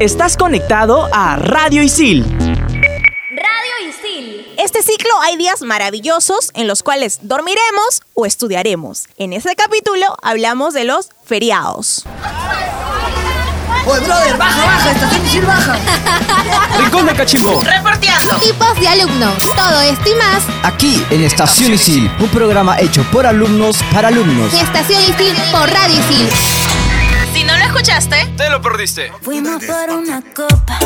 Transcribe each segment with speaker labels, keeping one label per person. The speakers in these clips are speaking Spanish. Speaker 1: Estás conectado a Radio Isil.
Speaker 2: Radio Isil.
Speaker 3: Este ciclo hay días maravillosos en los cuales dormiremos o estudiaremos. En este capítulo hablamos de los feriados.
Speaker 4: Oye, brother, baja, baja, estación Isil baja.
Speaker 1: Rincón de Cachimbo.
Speaker 5: Tipos de alumnos. Todo esto y más.
Speaker 6: Aquí en Estación Isil, un programa hecho por alumnos para alumnos.
Speaker 5: En Estación Isil por Radio Isil.
Speaker 2: Si no lo escuchaste,
Speaker 1: Te lo perdiste.
Speaker 7: Fuimos por una copa.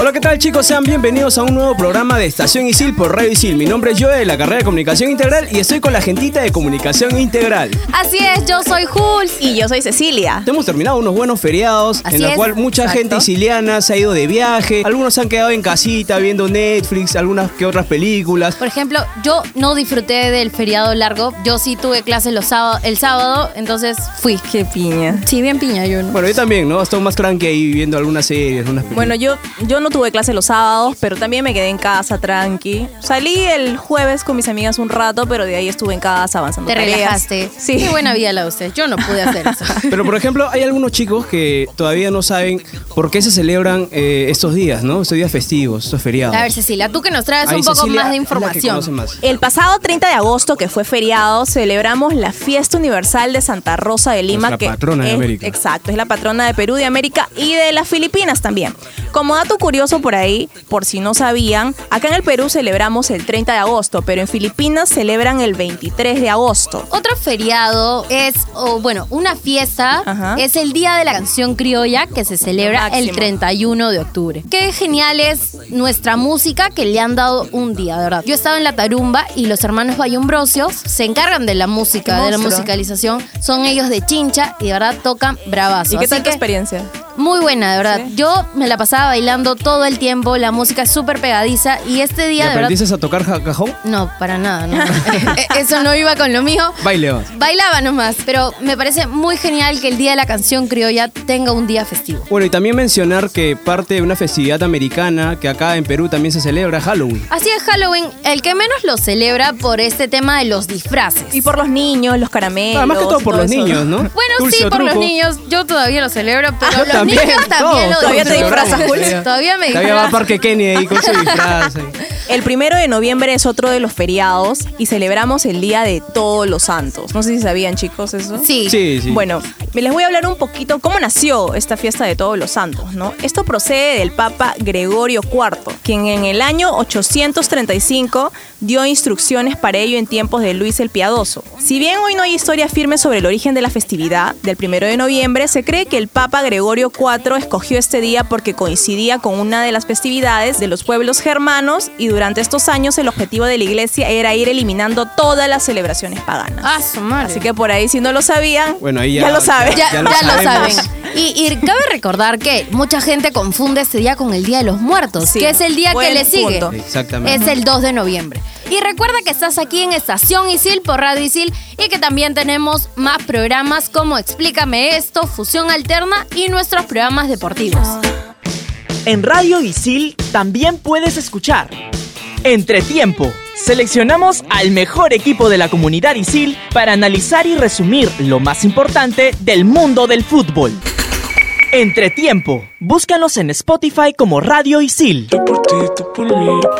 Speaker 1: Hola, ¿qué tal chicos? Sean bienvenidos a un nuevo programa de Estación Isil por Radio Isil. Mi nombre es Joe de la carrera de Comunicación Integral y estoy con la gentita de Comunicación Integral.
Speaker 2: Así es, yo soy Jules.
Speaker 3: Y yo soy Cecilia.
Speaker 1: Hemos terminado unos buenos feriados
Speaker 2: Así
Speaker 1: en la
Speaker 2: es,
Speaker 1: cual mucha
Speaker 2: exacto.
Speaker 1: gente siciliana se ha ido de viaje, algunos se han quedado en casita viendo Netflix, algunas que otras películas.
Speaker 8: Por ejemplo, yo no disfruté del feriado largo. Yo sí tuve clases los sábado, el sábado, entonces fui.
Speaker 3: Qué piña.
Speaker 8: Sí, bien piña yo, ¿no?
Speaker 1: Bueno, yo también, ¿no? Estoy más tranqui ahí viendo algunas series, algunas películas.
Speaker 3: Bueno, yo, yo no tuve clase los sábados, pero también me quedé en casa tranqui. Salí el jueves con mis amigas un rato, pero de ahí estuve en casa avanzando
Speaker 8: Te
Speaker 3: tareas.
Speaker 8: relajaste.
Speaker 3: Sí.
Speaker 8: Qué buena vida la de usted. Yo no pude hacer eso.
Speaker 1: Pero por ejemplo, hay algunos chicos que todavía no saben por qué se celebran eh, estos días, ¿no? Estos días festivos, estos feriados.
Speaker 8: A ver, Cecilia, tú que nos traes
Speaker 1: Ahí
Speaker 8: un poco
Speaker 1: Cecilia
Speaker 8: más de
Speaker 1: es la que conoce
Speaker 8: información.
Speaker 1: más.
Speaker 3: El pasado 30 de agosto, que fue feriado, celebramos la Fiesta Universal de Santa Rosa de Lima.
Speaker 1: Es la
Speaker 3: que
Speaker 1: patrona de
Speaker 3: es-
Speaker 1: América.
Speaker 3: Exacto, es la patrona de Perú, de América y de las Filipinas también. Como dato curioso por ahí, por si no sabían, acá en el Perú celebramos el 30 de agosto, pero en Filipinas celebran el 23 de agosto.
Speaker 8: Otro feriado es, o bueno, una fiesta,
Speaker 3: Ajá.
Speaker 8: es el Día de la Canción Criolla que se celebra
Speaker 3: Máximo.
Speaker 8: el 31 de octubre. Qué genial es nuestra música que le han dado un día, de verdad. Yo he estado en la tarumba y los hermanos Bayumbrosios se encargan de la música,
Speaker 3: Qué
Speaker 8: de la
Speaker 3: monstruo.
Speaker 8: musicalización. Son ellos de chincha y de verdad tocan bravazo.
Speaker 3: ¿Y qué
Speaker 8: Así
Speaker 3: tal tu
Speaker 8: que,
Speaker 3: experiencia?
Speaker 8: Muy buena, de verdad.
Speaker 3: Sí.
Speaker 8: Yo me la pasaba bailando todo el tiempo, la música es súper pegadiza y este
Speaker 1: ¿Y
Speaker 8: día, de verdad...
Speaker 1: aprendiste a tocar ja- cajón?
Speaker 8: No, para nada, no. E-, Eso no iba con lo mío.
Speaker 1: Baile vas.
Speaker 8: Bailaba nomás, pero me parece muy genial que el Día de la Canción Criolla tenga un día festivo.
Speaker 1: Bueno, y también mencionar que parte de una festividad americana que acá en Perú también se celebra Halloween.
Speaker 8: Así es Halloween, el que menos lo celebra por este tema de los disfraces.
Speaker 3: Y por los niños, los caramelos.
Speaker 1: Nada Ah, más que todo por
Speaker 3: todo
Speaker 1: los
Speaker 3: eso.
Speaker 1: niños, ¿no?
Speaker 8: Bueno,
Speaker 1: Dulce
Speaker 8: sí,
Speaker 1: o
Speaker 8: por los
Speaker 1: truco. Ah,
Speaker 8: niños. Yo todavía lo celebro, pero
Speaker 1: Yo
Speaker 8: los
Speaker 1: también,
Speaker 8: niños
Speaker 1: todos,
Speaker 8: también lo
Speaker 3: todavía te
Speaker 8: disfrutan.
Speaker 3: disfrazas, Julio.
Speaker 8: Todavía me
Speaker 1: Todavía va a
Speaker 8: disfrazo.
Speaker 1: Parque Kenny ahí con su disfraz. ahí.
Speaker 3: El primero de noviembre es otro de los feriados y celebramos el Día de Todos los Santos. No sé si sabían, chicos, eso.
Speaker 8: Sí.
Speaker 1: Sí, sí.
Speaker 3: Bueno, les voy a hablar un poquito cómo nació esta fiesta de todos los santos, ¿no? Esto procede del Papa Gregorio IV, quien en el año 835 dio instrucciones para ello en tiempos de Luis el Piadoso. Si bien hoy no hay historia firme sobre el origen de la festividad del 1 de noviembre, se cree que el Papa Gregorio IV escogió este día porque coincidía con una de las festividades de los pueblos germanos y durante estos años el objetivo de la iglesia era ir eliminando todas las celebraciones paganas.
Speaker 8: Ah, su madre.
Speaker 3: Así que por ahí, si no lo sabían,
Speaker 1: Bueno, ahí
Speaker 3: ya,
Speaker 1: ya-
Speaker 3: lo saben.
Speaker 8: Ya,
Speaker 1: Ya
Speaker 8: ya
Speaker 1: lo
Speaker 8: lo,
Speaker 1: sabemos.
Speaker 8: saben. Y, y cabe recordar que mucha gente confunde este día con el Día de los Muertos,
Speaker 3: Sí,
Speaker 8: que es el día
Speaker 3: buen
Speaker 8: que le sigue.
Speaker 3: punto.
Speaker 1: Exactamente.
Speaker 8: Es el 2 de noviembre. Y recuerda que estás aquí en Estación Isil por Radio Isil y que también tenemos más programas como Explícame esto, Fusión Alterna y nuestros programas deportivos.
Speaker 9: En Radio Isil también puedes escuchar Entretiempo. Seleccionamos al mejor equipo de la comunidad Isil para analizar y resumir lo más importante del mundo del fútbol. Entretiempo. Búscanos en Spotify como Radio Isil.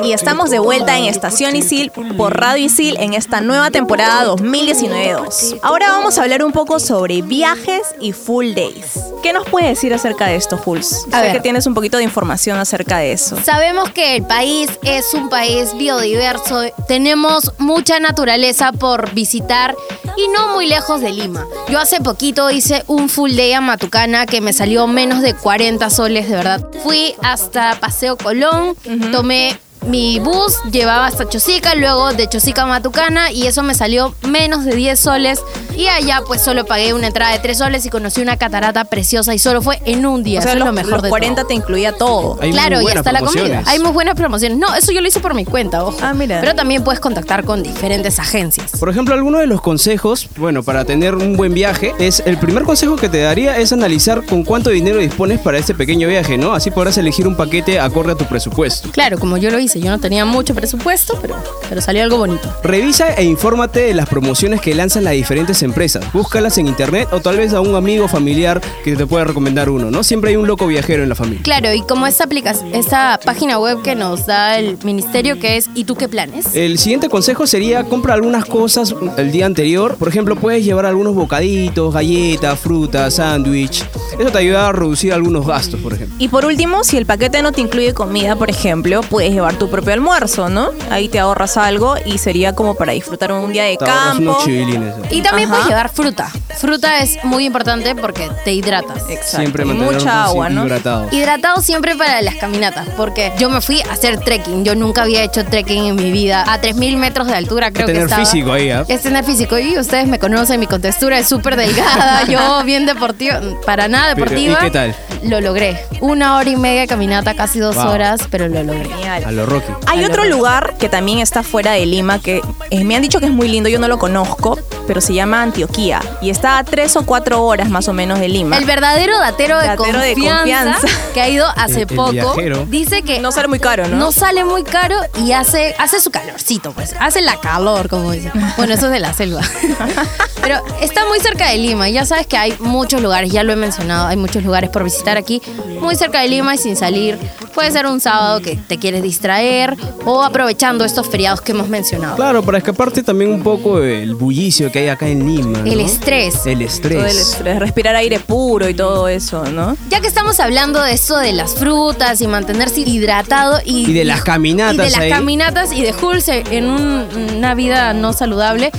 Speaker 3: Y estamos de vuelta en Estación Isil por Radio Isil en esta nueva temporada 2019-2. Ahora vamos a hablar un poco sobre viajes y full days. ¿Qué nos puedes decir acerca de esto, Jules?
Speaker 8: A
Speaker 3: sé
Speaker 8: ver.
Speaker 3: que tienes un poquito de información acerca de eso.
Speaker 8: Sabemos que el país es un país biodiverso, tenemos mucha naturaleza por visitar y no muy lejos de Lima. Yo hace poquito hice un full day a Matucana que me salió menos de 40 soles, de verdad. Fui hasta Paseo Colón, tomé mi bus, llevaba hasta Chosica, luego de Chosica a Matucana y eso me salió menos de 10 soles. Y allá pues solo pagué una entrada de 3 soles y conocí una catarata preciosa y solo fue en un día.
Speaker 3: O sea,
Speaker 8: eso
Speaker 3: los,
Speaker 8: es lo mejor
Speaker 3: los
Speaker 8: de todo.
Speaker 3: 40 te incluía todo.
Speaker 1: Hay muy
Speaker 8: claro, y
Speaker 1: buenas
Speaker 8: hasta la comida.
Speaker 1: promociones.
Speaker 8: Hay muy buenas promociones. No, eso yo lo hice por mi cuenta, ojo.
Speaker 3: Ah, mira.
Speaker 8: Pero también puedes contactar con diferentes agencias.
Speaker 1: Por ejemplo, alguno de los consejos, bueno, para tener un buen viaje, es el primer consejo que te daría es analizar con cuánto dinero dispones para este pequeño viaje, ¿no? Así podrás elegir un paquete acorde a tu presupuesto.
Speaker 8: Claro, como yo lo hice. hice. Yo no tenía mucho presupuesto, pero, pero salió algo bonito.
Speaker 1: Revisa e infórmate de las promociones que lanzan las diferentes empresas. Búscalas en internet o tal vez a un amigo familiar que te pueda recomendar uno, ¿no? Siempre hay un loco viajero en la familia.
Speaker 8: Claro, y como esta, aplicación, esta página web que nos da el ministerio que es ¿Y tú qué planes?
Speaker 1: El siguiente consejo sería compra algunas cosas el día anterior. Por ejemplo, puedes llevar algunos bocaditos, galletas, frutas, sándwich. Eso te ayuda a reducir algunos gastos, por ejemplo.
Speaker 3: Y por último, si el paquete no te incluye comida, por ejemplo, puedes llevar tu propio almuerzo, ¿no? Ahí te ahorras algo y sería como para disfrutar un día de
Speaker 1: Te ahorras
Speaker 3: campo.
Speaker 1: unos chivilines.
Speaker 8: Y también
Speaker 3: Ajá.
Speaker 8: puedes llevar fruta. Fruta es muy importante porque te hidratas.
Speaker 3: Exacto.
Speaker 1: Siempre
Speaker 3: Y
Speaker 1: mantenernos
Speaker 3: mucha agua, ¿no?
Speaker 1: hidratados.
Speaker 8: Hidratado siempre para las caminatas, porque yo me fui a hacer trekking. Yo nunca había hecho trekking en mi vida. A 3.000 metros de altura creo
Speaker 1: tener
Speaker 8: que estaba.
Speaker 1: físico ahí, ¿ah?
Speaker 8: Es tener físico. Y ustedes me conocen, mi contextura es súper delgada. yo bien deportiva, para nada
Speaker 1: Pero, ¿y
Speaker 8: deportiva.
Speaker 1: qué tal?
Speaker 8: Lo logré. Una hora y media de caminata, casi dos
Speaker 1: Wow.
Speaker 8: horas, pero lo logré.
Speaker 1: A lo Rocky.
Speaker 3: Hay otro lugar que también está fuera de Lima que eh, me han dicho que es muy lindo, yo no lo conozco, pero se llama Antioquía y está a tres o cuatro horas más o menos de Lima.
Speaker 8: El verdadero datero,
Speaker 3: Datero
Speaker 8: de,
Speaker 3: de
Speaker 8: confianza,
Speaker 3: confianza.
Speaker 8: que ha ido hace
Speaker 1: El- el
Speaker 8: poco
Speaker 1: viajero.
Speaker 8: dice que
Speaker 3: no sale muy caro, ¿no?
Speaker 8: No sale muy caro y hace, hace su calorcito, pues. Hace la calor, como dicen. Bueno, eso es de la selva. Pero está muy cerca de Lima. Ya sabes que hay muchos lugares, ya lo he mencionado, hay muchos lugares por visitar aquí, muy cerca de Lima y sin salir. Puede ser un sábado que te quieres distraer o aprovechando estos feriados que hemos mencionado.
Speaker 1: Claro, para escaparte también un poco del bullicio que hay acá en Lima. ¿no?
Speaker 8: El estrés.
Speaker 1: El
Speaker 3: Todo el
Speaker 1: estrés.
Speaker 3: estrés, respirar aire puro y todo eso, ¿no?
Speaker 8: Ya que estamos hablando de eso de las frutas y mantenerse hidratado y,
Speaker 1: Y de las caminatas
Speaker 8: y de las
Speaker 1: ahí.
Speaker 8: caminatas y de Hulse en un- una vida no saludable,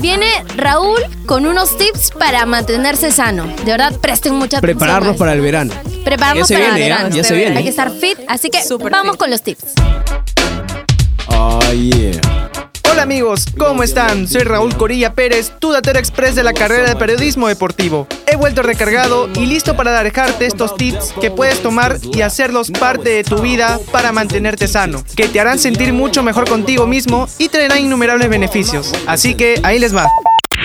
Speaker 8: viene Raúl con unos tips para mantenerse sano. De verdad, presten mucha atención.
Speaker 1: Prepararnos
Speaker 8: a
Speaker 1: para el verano.
Speaker 8: esto. Prepararnos
Speaker 1: Ya se
Speaker 8: para
Speaker 1: viene,
Speaker 8: el
Speaker 1: ¿ah?
Speaker 8: verano.
Speaker 1: Ya se
Speaker 8: Hay que
Speaker 1: viene.
Speaker 8: estar fit, así que
Speaker 3: Súper
Speaker 8: vamos
Speaker 3: fit.
Speaker 8: con los tips.
Speaker 6: Oh, yeah.
Speaker 10: Hola amigos, ¿cómo están? Soy Raúl Corilla Pérez, tu datero express de la carrera de periodismo deportivo. He vuelto recargado y listo para dejarte estos tips que puedes tomar y hacerlos parte de tu vida para mantenerte sano, que te harán sentir mucho mejor contigo mismo y traerán innumerables beneficios. Así que ahí les va.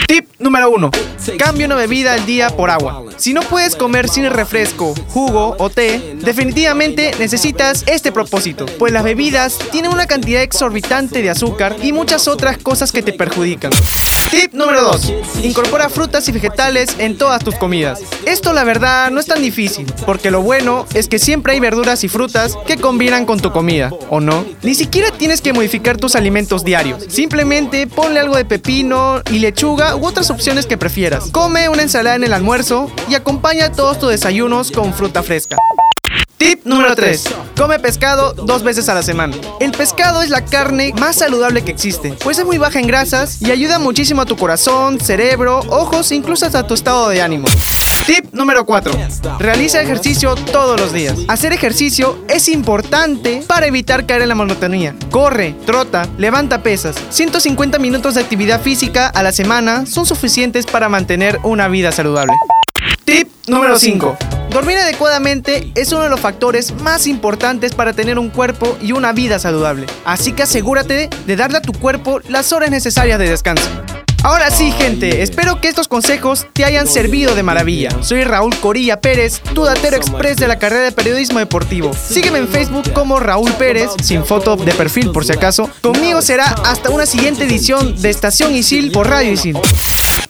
Speaker 10: Tip número 1. Cambia una bebida al día por agua. Si no puedes comer sin refresco, jugo o té, definitivamente necesitas este propósito, pues las bebidas tienen una cantidad exorbitante de azúcar y muchas otras cosas que te perjudican. Tip número 2. Incorpora frutas y vegetales en todas tus comidas. Esto la verdad no es tan difícil, porque lo bueno es que siempre hay verduras y frutas que combinan con tu comida, ¿o no? Ni siquiera tienes que modificar tus alimentos diarios. Simplemente ponle algo de pepino y lechuga u otras opciones que prefieras. Come una ensalada en el almuerzo y acompaña todos tus desayunos con fruta fresca. Tip número 3. Come pescado dos veces a la semana. El pescado es la carne más saludable que existe, pues es muy baja en grasas y ayuda muchísimo a tu corazón, cerebro, ojos e incluso hasta tu estado de ánimo. Tip número 4. Realiza ejercicio todos los días. Hacer ejercicio es importante para evitar caer en la monotonía. Corre, trota, levanta pesas. 150 minutos de actividad física a la semana son suficientes para mantener una vida saludable. Tip número 5. Dormir adecuadamente es uno de los factores más importantes para tener un cuerpo y una vida saludable. Así que asegúrate de darle a tu cuerpo las horas necesarias de descanso. Ahora sí, gente, espero que estos consejos te hayan servido de maravilla. Soy Raúl Corilla Pérez, tu datero express de la carrera de periodismo deportivo. Sígueme en Facebook como Raúl Pérez, sin foto de perfil por si acaso. Conmigo será hasta una siguiente edición de Estación Isil por Radio Isil.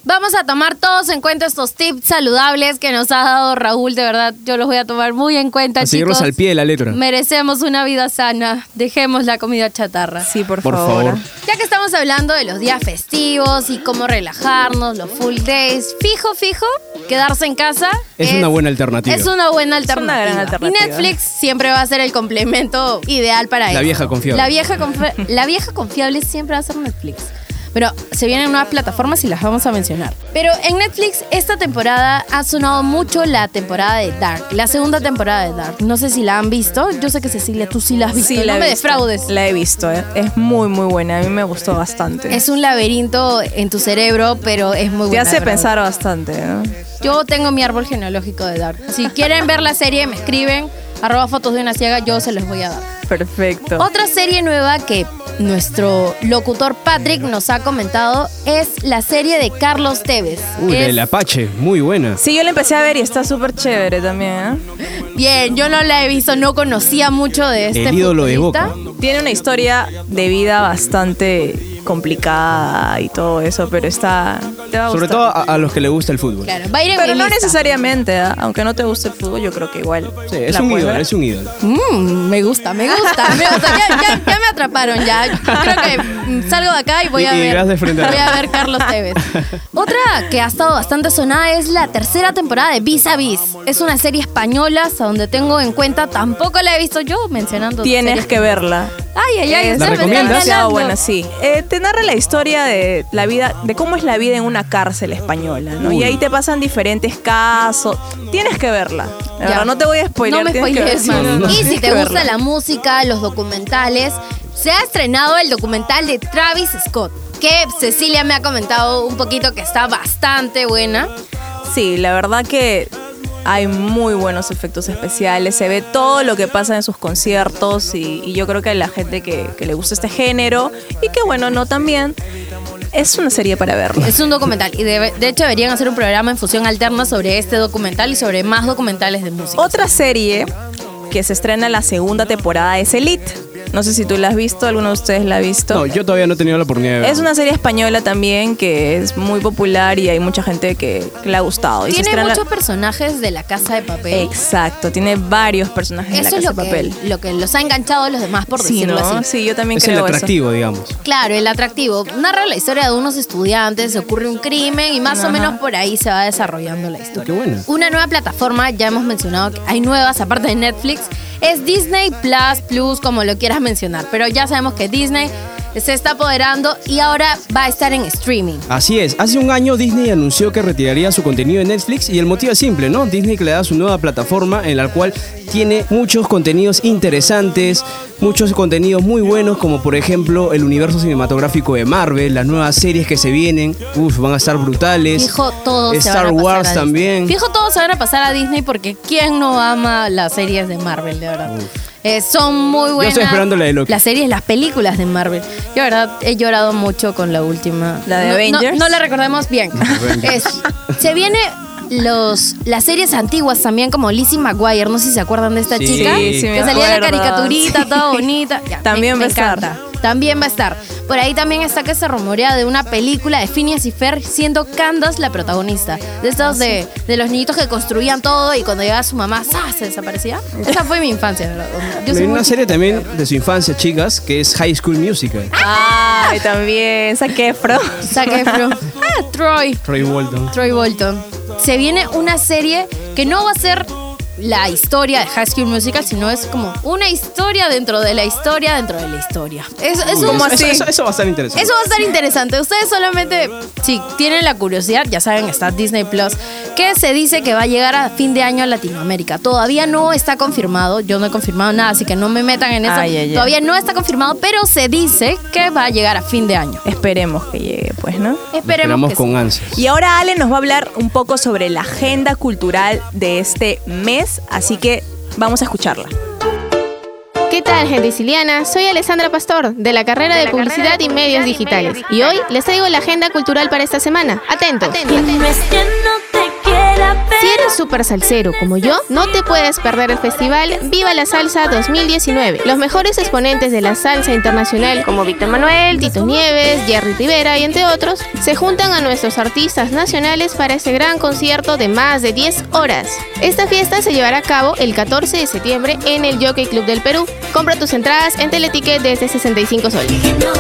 Speaker 8: Vamos a tomar todos en cuenta estos tips saludables que nos ha dado Raúl. De verdad, yo los voy a tomar muy en cuenta,
Speaker 1: A seguirlos
Speaker 8: chicos.
Speaker 1: al pie de la letra.
Speaker 8: Merecemos una vida sana. Dejemos la comida chatarra.
Speaker 3: Sí, por,
Speaker 1: Por
Speaker 3: favor.
Speaker 1: favor.
Speaker 8: Ya que estamos hablando de los días festivos y cómo relajarnos, los full days, fijo, fijo, quedarse en casa
Speaker 1: Es una buena alternativa.
Speaker 8: Es una buena alternativa.
Speaker 3: gran alternativa.
Speaker 8: Y Netflix siempre va a ser el complemento ideal para
Speaker 1: La
Speaker 8: eso.
Speaker 1: vieja confiable.
Speaker 8: La vieja, confi- la vieja confiable siempre va a ser Netflix. Pero se vienen nuevas plataformas y las vamos a mencionar. Pero en Netflix esta temporada ha sonado mucho la temporada de Dark, la segunda temporada de Dark. No sé si la han visto. Yo sé que Cecilia, tú sí la has visto.
Speaker 3: Sí,
Speaker 8: no
Speaker 3: la he
Speaker 8: me
Speaker 3: visto.
Speaker 8: defraudes.
Speaker 3: La he visto, eh. es muy, muy buena. A mí me gustó bastante.
Speaker 8: Es un laberinto en tu cerebro, pero es muy
Speaker 3: Te
Speaker 8: buena.
Speaker 3: hace
Speaker 8: de verdad.
Speaker 3: pensar bastante, ¿no?
Speaker 8: Yo tengo mi árbol genealógico de Dark. Si quieren ver la serie, me escriben arroba fotos de una ciega, yo se los voy a dar.
Speaker 3: Perfecto.
Speaker 8: Otra serie nueva que nuestro locutor Patrick nos ha comentado es la serie de Carlos Tevez.
Speaker 1: Uy,
Speaker 8: Es-
Speaker 1: del Apache, muy buena.
Speaker 3: Sí, yo la empecé a ver y está súper chévere también. ¿eh?
Speaker 8: Bien, yo no la he visto, no conocía mucho de este
Speaker 1: El ídolo de
Speaker 8: futbolista.
Speaker 1: Boca.
Speaker 3: Tiene una historia de vida bastante complicada y todo eso, pero está... Te va a
Speaker 1: Sobre
Speaker 3: gustar.
Speaker 1: todo a, a los que les gusta el fútbol.
Speaker 8: va a ir en
Speaker 3: Pero
Speaker 8: mi
Speaker 3: no
Speaker 8: lista.
Speaker 3: necesariamente, ¿ah? aunque no te guste el fútbol, yo creo que igual.
Speaker 1: Sí, es
Speaker 3: la
Speaker 1: un
Speaker 3: puedes
Speaker 1: ídolo,
Speaker 3: ver.
Speaker 1: es un ídolo.
Speaker 8: Mm, me gusta, me gusta, me gusta. Ya, ya- ya me atraparon, ya. Yo Creo que mm, salgo de acá y voy
Speaker 1: Y-
Speaker 8: a
Speaker 1: y
Speaker 8: ver.
Speaker 1: vas de frente a-
Speaker 8: voy a ver Carlos Tevez. Otra que ha estado bastante sonada es la tercera temporada de Vis a Vis. Es una serie española, hasta donde tengo en cuenta, tampoco la he visto yo mencionando.
Speaker 3: Tienes
Speaker 8: series.
Speaker 3: que verla.
Speaker 8: Ay, ay, ay,
Speaker 3: Es
Speaker 8: ustedes me están
Speaker 3: demasiado
Speaker 8: ganando.
Speaker 3: buena, sí. Eh, te narra la historia de la vida, de cómo es la vida en una cárcel española, ¿no?
Speaker 8: Uy.
Speaker 3: Y ahí te pasan diferentes casos. Tienes que verla. De
Speaker 8: Ya.
Speaker 3: verdad, no te voy a spoiler.
Speaker 8: No me spoilees más. Y si te gusta la música, los documentales, se ha estrenado el documental de Travis Scott, que Cecilia me ha comentado un poquito que está bastante buena.
Speaker 3: Sí, la verdad que hay muy buenos efectos especiales, se ve todo lo que pasa en sus conciertos y, y yo creo que a la gente que, que le gusta este género y que bueno, no también, es una serie para verla.
Speaker 8: Es un documental y debe- de, hecho deberían hacer un programa en fusión alterna sobre este documental y sobre más documentales de música.
Speaker 3: Otra serie que se estrena en la segunda temporada es Elite. No sé si tú la has visto, alguno de ustedes la ha visto.
Speaker 1: No, yo todavía no he tenido la oportunidad de ver.
Speaker 3: Es una serie española también que es muy popular y hay mucha gente que, que le ha gustado. Y se
Speaker 8: Tiene
Speaker 3: estrena la-
Speaker 8: muchos personajes de la Casa de Papel.
Speaker 3: Exacto, tiene varios personajes de la
Speaker 8: Eso es
Speaker 3: Casa
Speaker 8: lo
Speaker 3: de
Speaker 8: que,
Speaker 3: papel.
Speaker 8: lo que los ha enganchado a los demás, por
Speaker 3: Sí,
Speaker 8: decirlo
Speaker 3: ¿no?
Speaker 8: así.
Speaker 3: Sí, yo también
Speaker 1: Es el
Speaker 3: creo eso.
Speaker 1: atractivo, digamos.
Speaker 8: Claro, el atractivo. Narra la historia de unos estudiantes, ocurre un crimen y más o
Speaker 3: Ajá.
Speaker 8: menos por ahí se va desarrollando la historia.
Speaker 1: Qué buena.
Speaker 8: Una nueva plataforma, ya hemos mencionado que hay nuevas aparte de Netflix, es Disney Plus Plus, como lo quieras mencionar, pero ya sabemos que Disney se está apoderando y ahora va a estar en streaming.
Speaker 1: Así es, hace un año Disney anunció que retiraría su contenido de Netflix y el motivo es simple, ¿no? Disney que le da su nueva plataforma en la cual tiene muchos contenidos interesantes, muchos contenidos muy buenos como por ejemplo el universo cinematográfico de Marvel, las nuevas series que se vienen, uf, van a estar brutales.
Speaker 8: Fijo, todos se van
Speaker 1: Star
Speaker 8: a pasar a
Speaker 1: Wars
Speaker 8: Disney.
Speaker 1: también.
Speaker 8: Fijo, todos se van a pasar a Disney porque ¿quién no ama las series de Marvel, de verdad? Eh, son muy buenas.
Speaker 1: estoy esperando la de Loki.
Speaker 8: Las series, las películas de Marvel. Yo, de verdad, he llorado mucho con la última.
Speaker 3: ¿La de
Speaker 8: No- no-
Speaker 3: Avengers?
Speaker 8: No, la recordamos bien.
Speaker 1: Avengers.
Speaker 8: Es- se viene los, las series antiguas también, como Lizzie McGuire. No sé si se acuerdan de esta
Speaker 1: Sí.
Speaker 8: chica.
Speaker 1: Sí, sí,
Speaker 8: que
Speaker 1: me
Speaker 8: salía la
Speaker 3: acuerdo.
Speaker 8: caricaturita,
Speaker 3: Sí.
Speaker 8: toda bonita. Ya,
Speaker 3: También va
Speaker 8: me- me
Speaker 3: a estar.
Speaker 8: encanta. También va a estar. Por ahí también está que se rumorea de una película de Phineas y Fer siendo Candace la protagonista. De estos de, de los niñitos que construían todo y cuando llegaba su mamá, ¡zas! se desaparecía. Esa fue mi infancia, de ¿verdad? Yo soy
Speaker 1: Hay
Speaker 8: muy
Speaker 1: una serie también de su infancia, chicas, que es High School Musical.
Speaker 3: Ay, también, saqué pro.
Speaker 8: Zac Efron. Ah, Troy.
Speaker 1: Troy Bolton.
Speaker 8: Troy Bolton. Se viene una serie que no va a ser la historia de High School Musical, sino es como una historia dentro de la historia dentro de la historia. Es, es
Speaker 1: Uy,
Speaker 8: un-
Speaker 1: eso, eso- eso va a estar interesante.
Speaker 8: Eso va a estar interesante. Ustedes solamente, si tienen la curiosidad, ya saben, está Disney Plus, que se dice que va a llegar a fin de año a Latinoamérica. Todavía no está confirmado, yo no he confirmado nada, así que no me metan en eso.
Speaker 3: Ay, ay, ay.
Speaker 8: Todavía no está confirmado, pero se dice que va a llegar a fin de año.
Speaker 3: Esperemos que llegue, pues, ¿no?
Speaker 8: Esperemos
Speaker 1: Esperamos
Speaker 8: que sí.
Speaker 1: con ansias.
Speaker 3: Y ahora Ale nos va a hablar un poco sobre la agenda cultural de este mes, así que vamos a escucharla.
Speaker 5: ¿Qué tal, gente siciliana? Soy Alessandra Pastor, de la carrera de, Publicidad y Medios Digitales. Y hoy les traigo la agenda cultural para esta semana. Atentos. Si eres súper salsero como yo, no te puedes perder el festival Viva la Salsa 2019. Los mejores exponentes de la salsa internacional, como Víctor Manuel, Tito Nieves, Jerry Rivera y entre otros, se juntan a nuestros artistas nacionales para este gran concierto de más de 10 horas. Esta fiesta se llevará a cabo el 14 de septiembre en el Jockey Club del Perú. Compra tus entradas en Teleticket desde 65 soles.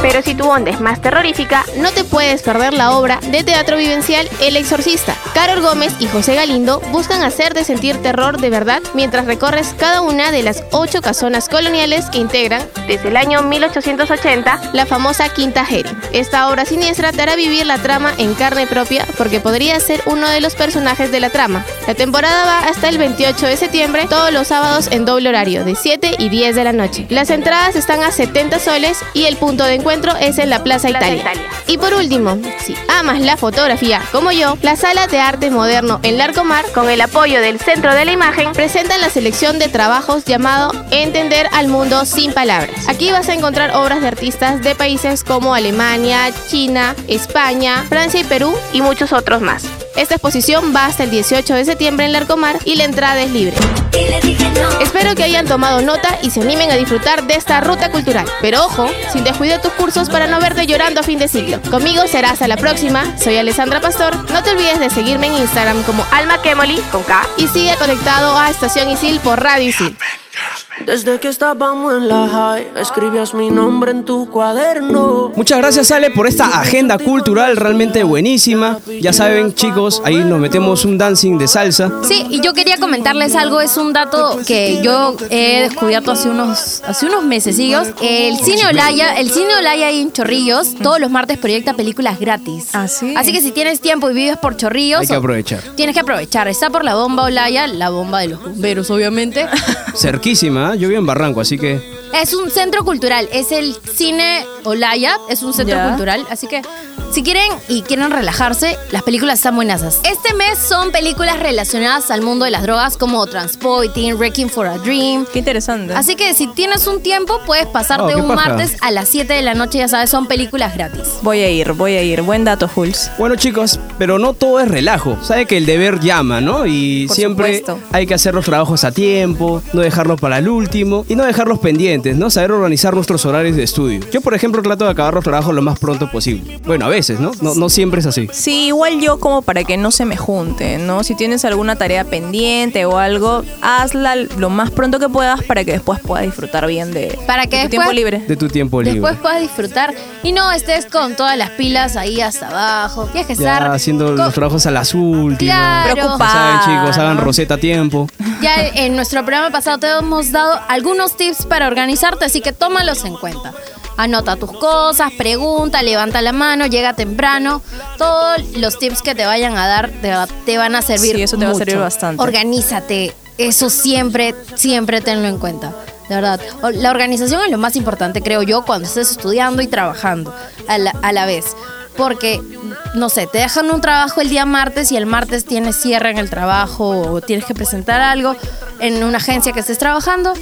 Speaker 5: Pero si tu onda es más terrorífica, no te puedes perder la obra de teatro vivencial El Exorcista. Carol Gómez y José Galindo buscan hacerte sentir terror de verdad mientras recorres cada una de las ocho casonas coloniales que integran, desde el año 1880, la famosa Quinta Jeri. Esta obra siniestra te hará vivir la trama en carne propia porque podría ser uno de los personajes de la trama. La temporada va hasta el 28 de septiembre, todos los sábados en doble horario, de 7 y 10 de la noche. Las entradas están a 70 soles y el punto de encuentro es en la Plaza, Italia. Y por último, si amas la fotografía como yo, la Sala de Arte Moderno en Larcomar Mar, con el apoyo del Centro de la Imagen, presentan la selección de trabajos llamado Entender al Mundo sin Palabras. Aquí vas a encontrar obras de artistas de países como Alemania, China, España, Francia y Perú y muchos otros más. Esta exposición va hasta el 18 de septiembre en Larcomar y la entrada es libre. Espero que hayan tomado nota y se animen a disfrutar de esta ruta cultural. Pero ojo, sin descuidar tus cursos para no verte llorando a fin de siglo. Conmigo será hasta la próxima. Soy Alessandra Pastor. No te olvides de seguirme en Instagram como Alma Kemoli con K y sigue conectado a Estación Isil por Radio Isil.
Speaker 11: Desde que estábamos en la high, escribías mi nombre en tu cuaderno.
Speaker 1: Muchas gracias Ale por esta agenda cultural realmente buenísima. Ya saben chicos, ahí nos metemos un dancing de salsa.
Speaker 8: Sí, y yo quería comentarles algo, es un dato que yo he descubierto hace unos, hace unos meses, El Cine Olaya, el Cine Olaya ahí en Chorrillos, todos los martes proyecta películas gratis.
Speaker 3: Ah,
Speaker 8: Así. Así que si tienes tiempo y vives por Chorrillos,
Speaker 1: Hay que aprovechar.
Speaker 8: tienes que aprovechar. Está por la bomba Olaya, la bomba de los bomberos, obviamente.
Speaker 1: Cerquísima, ¿eh? yo vivo en Barranco, así que
Speaker 8: Es un centro cultural, es el cine Olaya, es un centro
Speaker 2: Ya.
Speaker 8: cultural, así que si quieren y quieren relajarse, las películas están buenasas. Este mes son películas relacionadas al mundo de las drogas como Transpoiting, Wrecking for a Dream.
Speaker 3: Qué interesante.
Speaker 8: Así que si tienes un tiempo, puedes
Speaker 3: Oh,
Speaker 8: pasarte
Speaker 3: qué
Speaker 8: un
Speaker 3: paja.
Speaker 8: martes a las 7 de la noche, ya sabes, son películas gratis.
Speaker 3: Voy a ir, voy a ir. Buen dato, Jules.
Speaker 1: Bueno chicos, pero no todo es relajo. Sabe que el deber llama, ¿no? Y
Speaker 3: Por
Speaker 1: siempre
Speaker 3: supuesto.
Speaker 1: hay que hacer los trabajos a tiempo, no dejarlos para el último y no dejarlos pendientes, ¿no? Saber organizar nuestros horarios de estudio. Yo, por ejemplo, trato de acabar los trabajos lo más pronto posible. Bueno, a veces, ¿no? No, no siempre es así.
Speaker 3: Sí, igual yo como para que no se me junte, ¿no? Si tienes alguna tarea pendiente o algo, hazla lo más pronto que puedas para que después puedas disfrutar bien de,
Speaker 8: Para que
Speaker 3: de tu
Speaker 8: después-
Speaker 3: tiempo libre.
Speaker 1: De tu tiempo libre.
Speaker 8: Después puedas disfrutar y no estés con todas las pilas ahí hasta abajo. Tienes que
Speaker 1: ya
Speaker 8: estar
Speaker 1: haciendo los trabajos a las últimas. Ya
Speaker 8: Claro.
Speaker 1: saben, chicos, hagan
Speaker 3: Ah.
Speaker 1: roseta a tiempo.
Speaker 8: Ya en nuestro programa pasado te hemos dado algunos tips para organizarte, así que tómalos en cuenta. Anota tus cosas, pregunta, levanta la mano, llega temprano. Todos los tips que te vayan a dar te, va- te van a servir.
Speaker 3: Sí, eso te va a
Speaker 8: mucho.
Speaker 3: servir bastante.
Speaker 8: Organízate. Eso siempre, siempre tenlo en cuenta. De verdad. O- La organización es lo más importante, creo yo, cuando estés estudiando y trabajando a la, a la vez. Porque, no sé, te dejan un trabajo el día martes y el martes tienes cierre en el trabajo o tienes que presentar algo en una agencia que estés trabajando,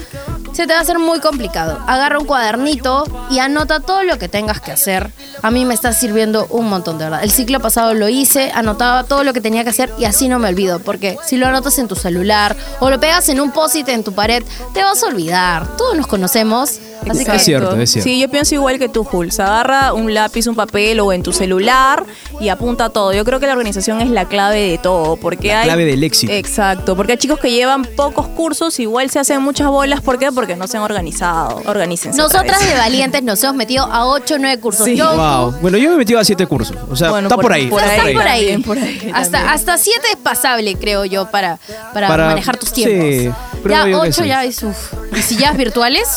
Speaker 8: se te va a hacer muy complicado. Agarra un cuadernito y anota todo lo que tengas que hacer. A mí me está sirviendo un montón, de verdad. El ciclo pasado lo hice, anotaba todo lo que tenía que hacer y así no me olvido, porque si lo anotas en tu celular o lo pegas en un post-it en tu pared, te vas a olvidar. Todos nos conocemos. Así que
Speaker 1: Es cierto, es cierto.
Speaker 3: Sí, yo pienso igual que tú, Jules. Agarra un lápiz, un papel o en tu celular y apunta todo. Yo creo que la organización es la clave de todo. Porque
Speaker 1: La
Speaker 3: hay, Eh,
Speaker 1: clave del éxito.
Speaker 3: Exacto, porque hay chicos que llevan pocos cursos, igual se hacen muchas bolas. ¿Por qué? Porque no se han organizado. Organícense. otra
Speaker 8: Nosotras
Speaker 3: vez.
Speaker 8: de valientes nos hemos metido a 8 o 9 cursos. Yo-
Speaker 1: Wow. Bueno, yo me he metido a siete cursos. O sea, está por, ahí.
Speaker 8: Está
Speaker 1: está
Speaker 8: por ahí.
Speaker 3: También por ahí,
Speaker 8: Hasta, hasta siete es pasable, creo yo, para, para,
Speaker 1: Para-
Speaker 8: manejar tus
Speaker 1: sí,
Speaker 8: tiempos.
Speaker 1: creo
Speaker 8: ya
Speaker 1: yo que
Speaker 8: ocho
Speaker 1: sí.
Speaker 8: ya es uf. Y si ya es virtuales,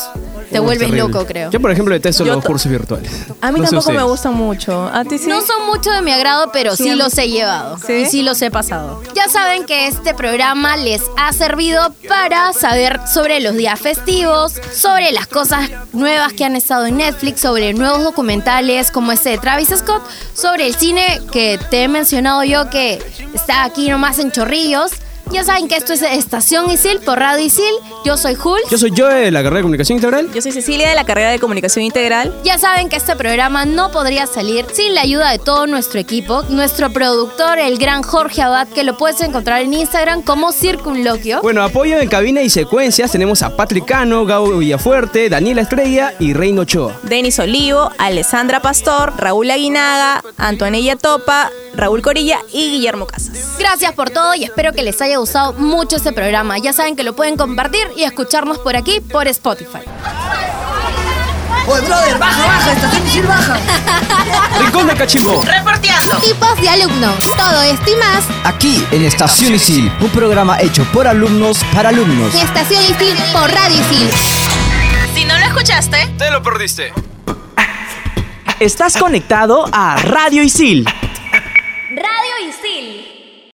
Speaker 8: te
Speaker 1: Uy,
Speaker 8: vuelves
Speaker 1: terrible.
Speaker 8: loco, creo.
Speaker 1: Yo, por ejemplo, detesto
Speaker 8: Yo
Speaker 1: los
Speaker 8: to-
Speaker 1: cursos virtuales.
Speaker 3: A mí
Speaker 1: No sé
Speaker 3: tampoco me
Speaker 1: ustedes.
Speaker 3: gusta mucho. A ti sí.
Speaker 8: No son mucho de mi agrado, pero sí,
Speaker 3: Sí.
Speaker 8: los he llevado.
Speaker 3: ¿Sí?
Speaker 8: Y sí los he pasado. Ya saben que este programa les ha servido para saber sobre los días festivos, sobre las cosas nuevas que han estado en Netflix, sobre nuevos documentales como este de Travis Scott, sobre el cine que te he mencionado yo que está aquí nomás en Chorrillos. Ya saben que esto es Estación Isil por Radio Isil. Yo soy Jules.
Speaker 1: Yo soy yo de la carrera de comunicación integral.
Speaker 3: Yo soy Cecilia de la carrera de comunicación integral.
Speaker 8: Ya saben que este programa no podría salir sin la ayuda de todo nuestro equipo, nuestro productor, el gran Jorge Abad, que lo puedes encontrar en Instagram como Circunloquio.
Speaker 1: Bueno, apoyo en cabina y secuencias tenemos a Patrick Cano, Gabo Villafuerte, Daniela Estrella y Reino Ochoa.
Speaker 3: Denis Olivo, Alessandra Pastor, Raúl Aguinaga, Antonella Topa, Raúl Corilla y Guillermo Casas.
Speaker 8: Gracias por todo y espero que les haya gustado mucho este programa. Ya saben que lo pueden compartir y escucharnos por aquí, por Spotify.
Speaker 4: Oye, brother, baja, baja, estación Isil, baja.
Speaker 1: Rincón de Cachimbo.
Speaker 4: Reporteando.
Speaker 8: Tipos de alumnos. Todo esto y más
Speaker 6: Aquí en Estación Isil, un programa hecho por alumnos para alumnos.
Speaker 2: Mi Estación Isil por Radio Isil. Si no lo escuchaste,
Speaker 1: Te lo perdiste.
Speaker 9: Estás conectado a Radio Isil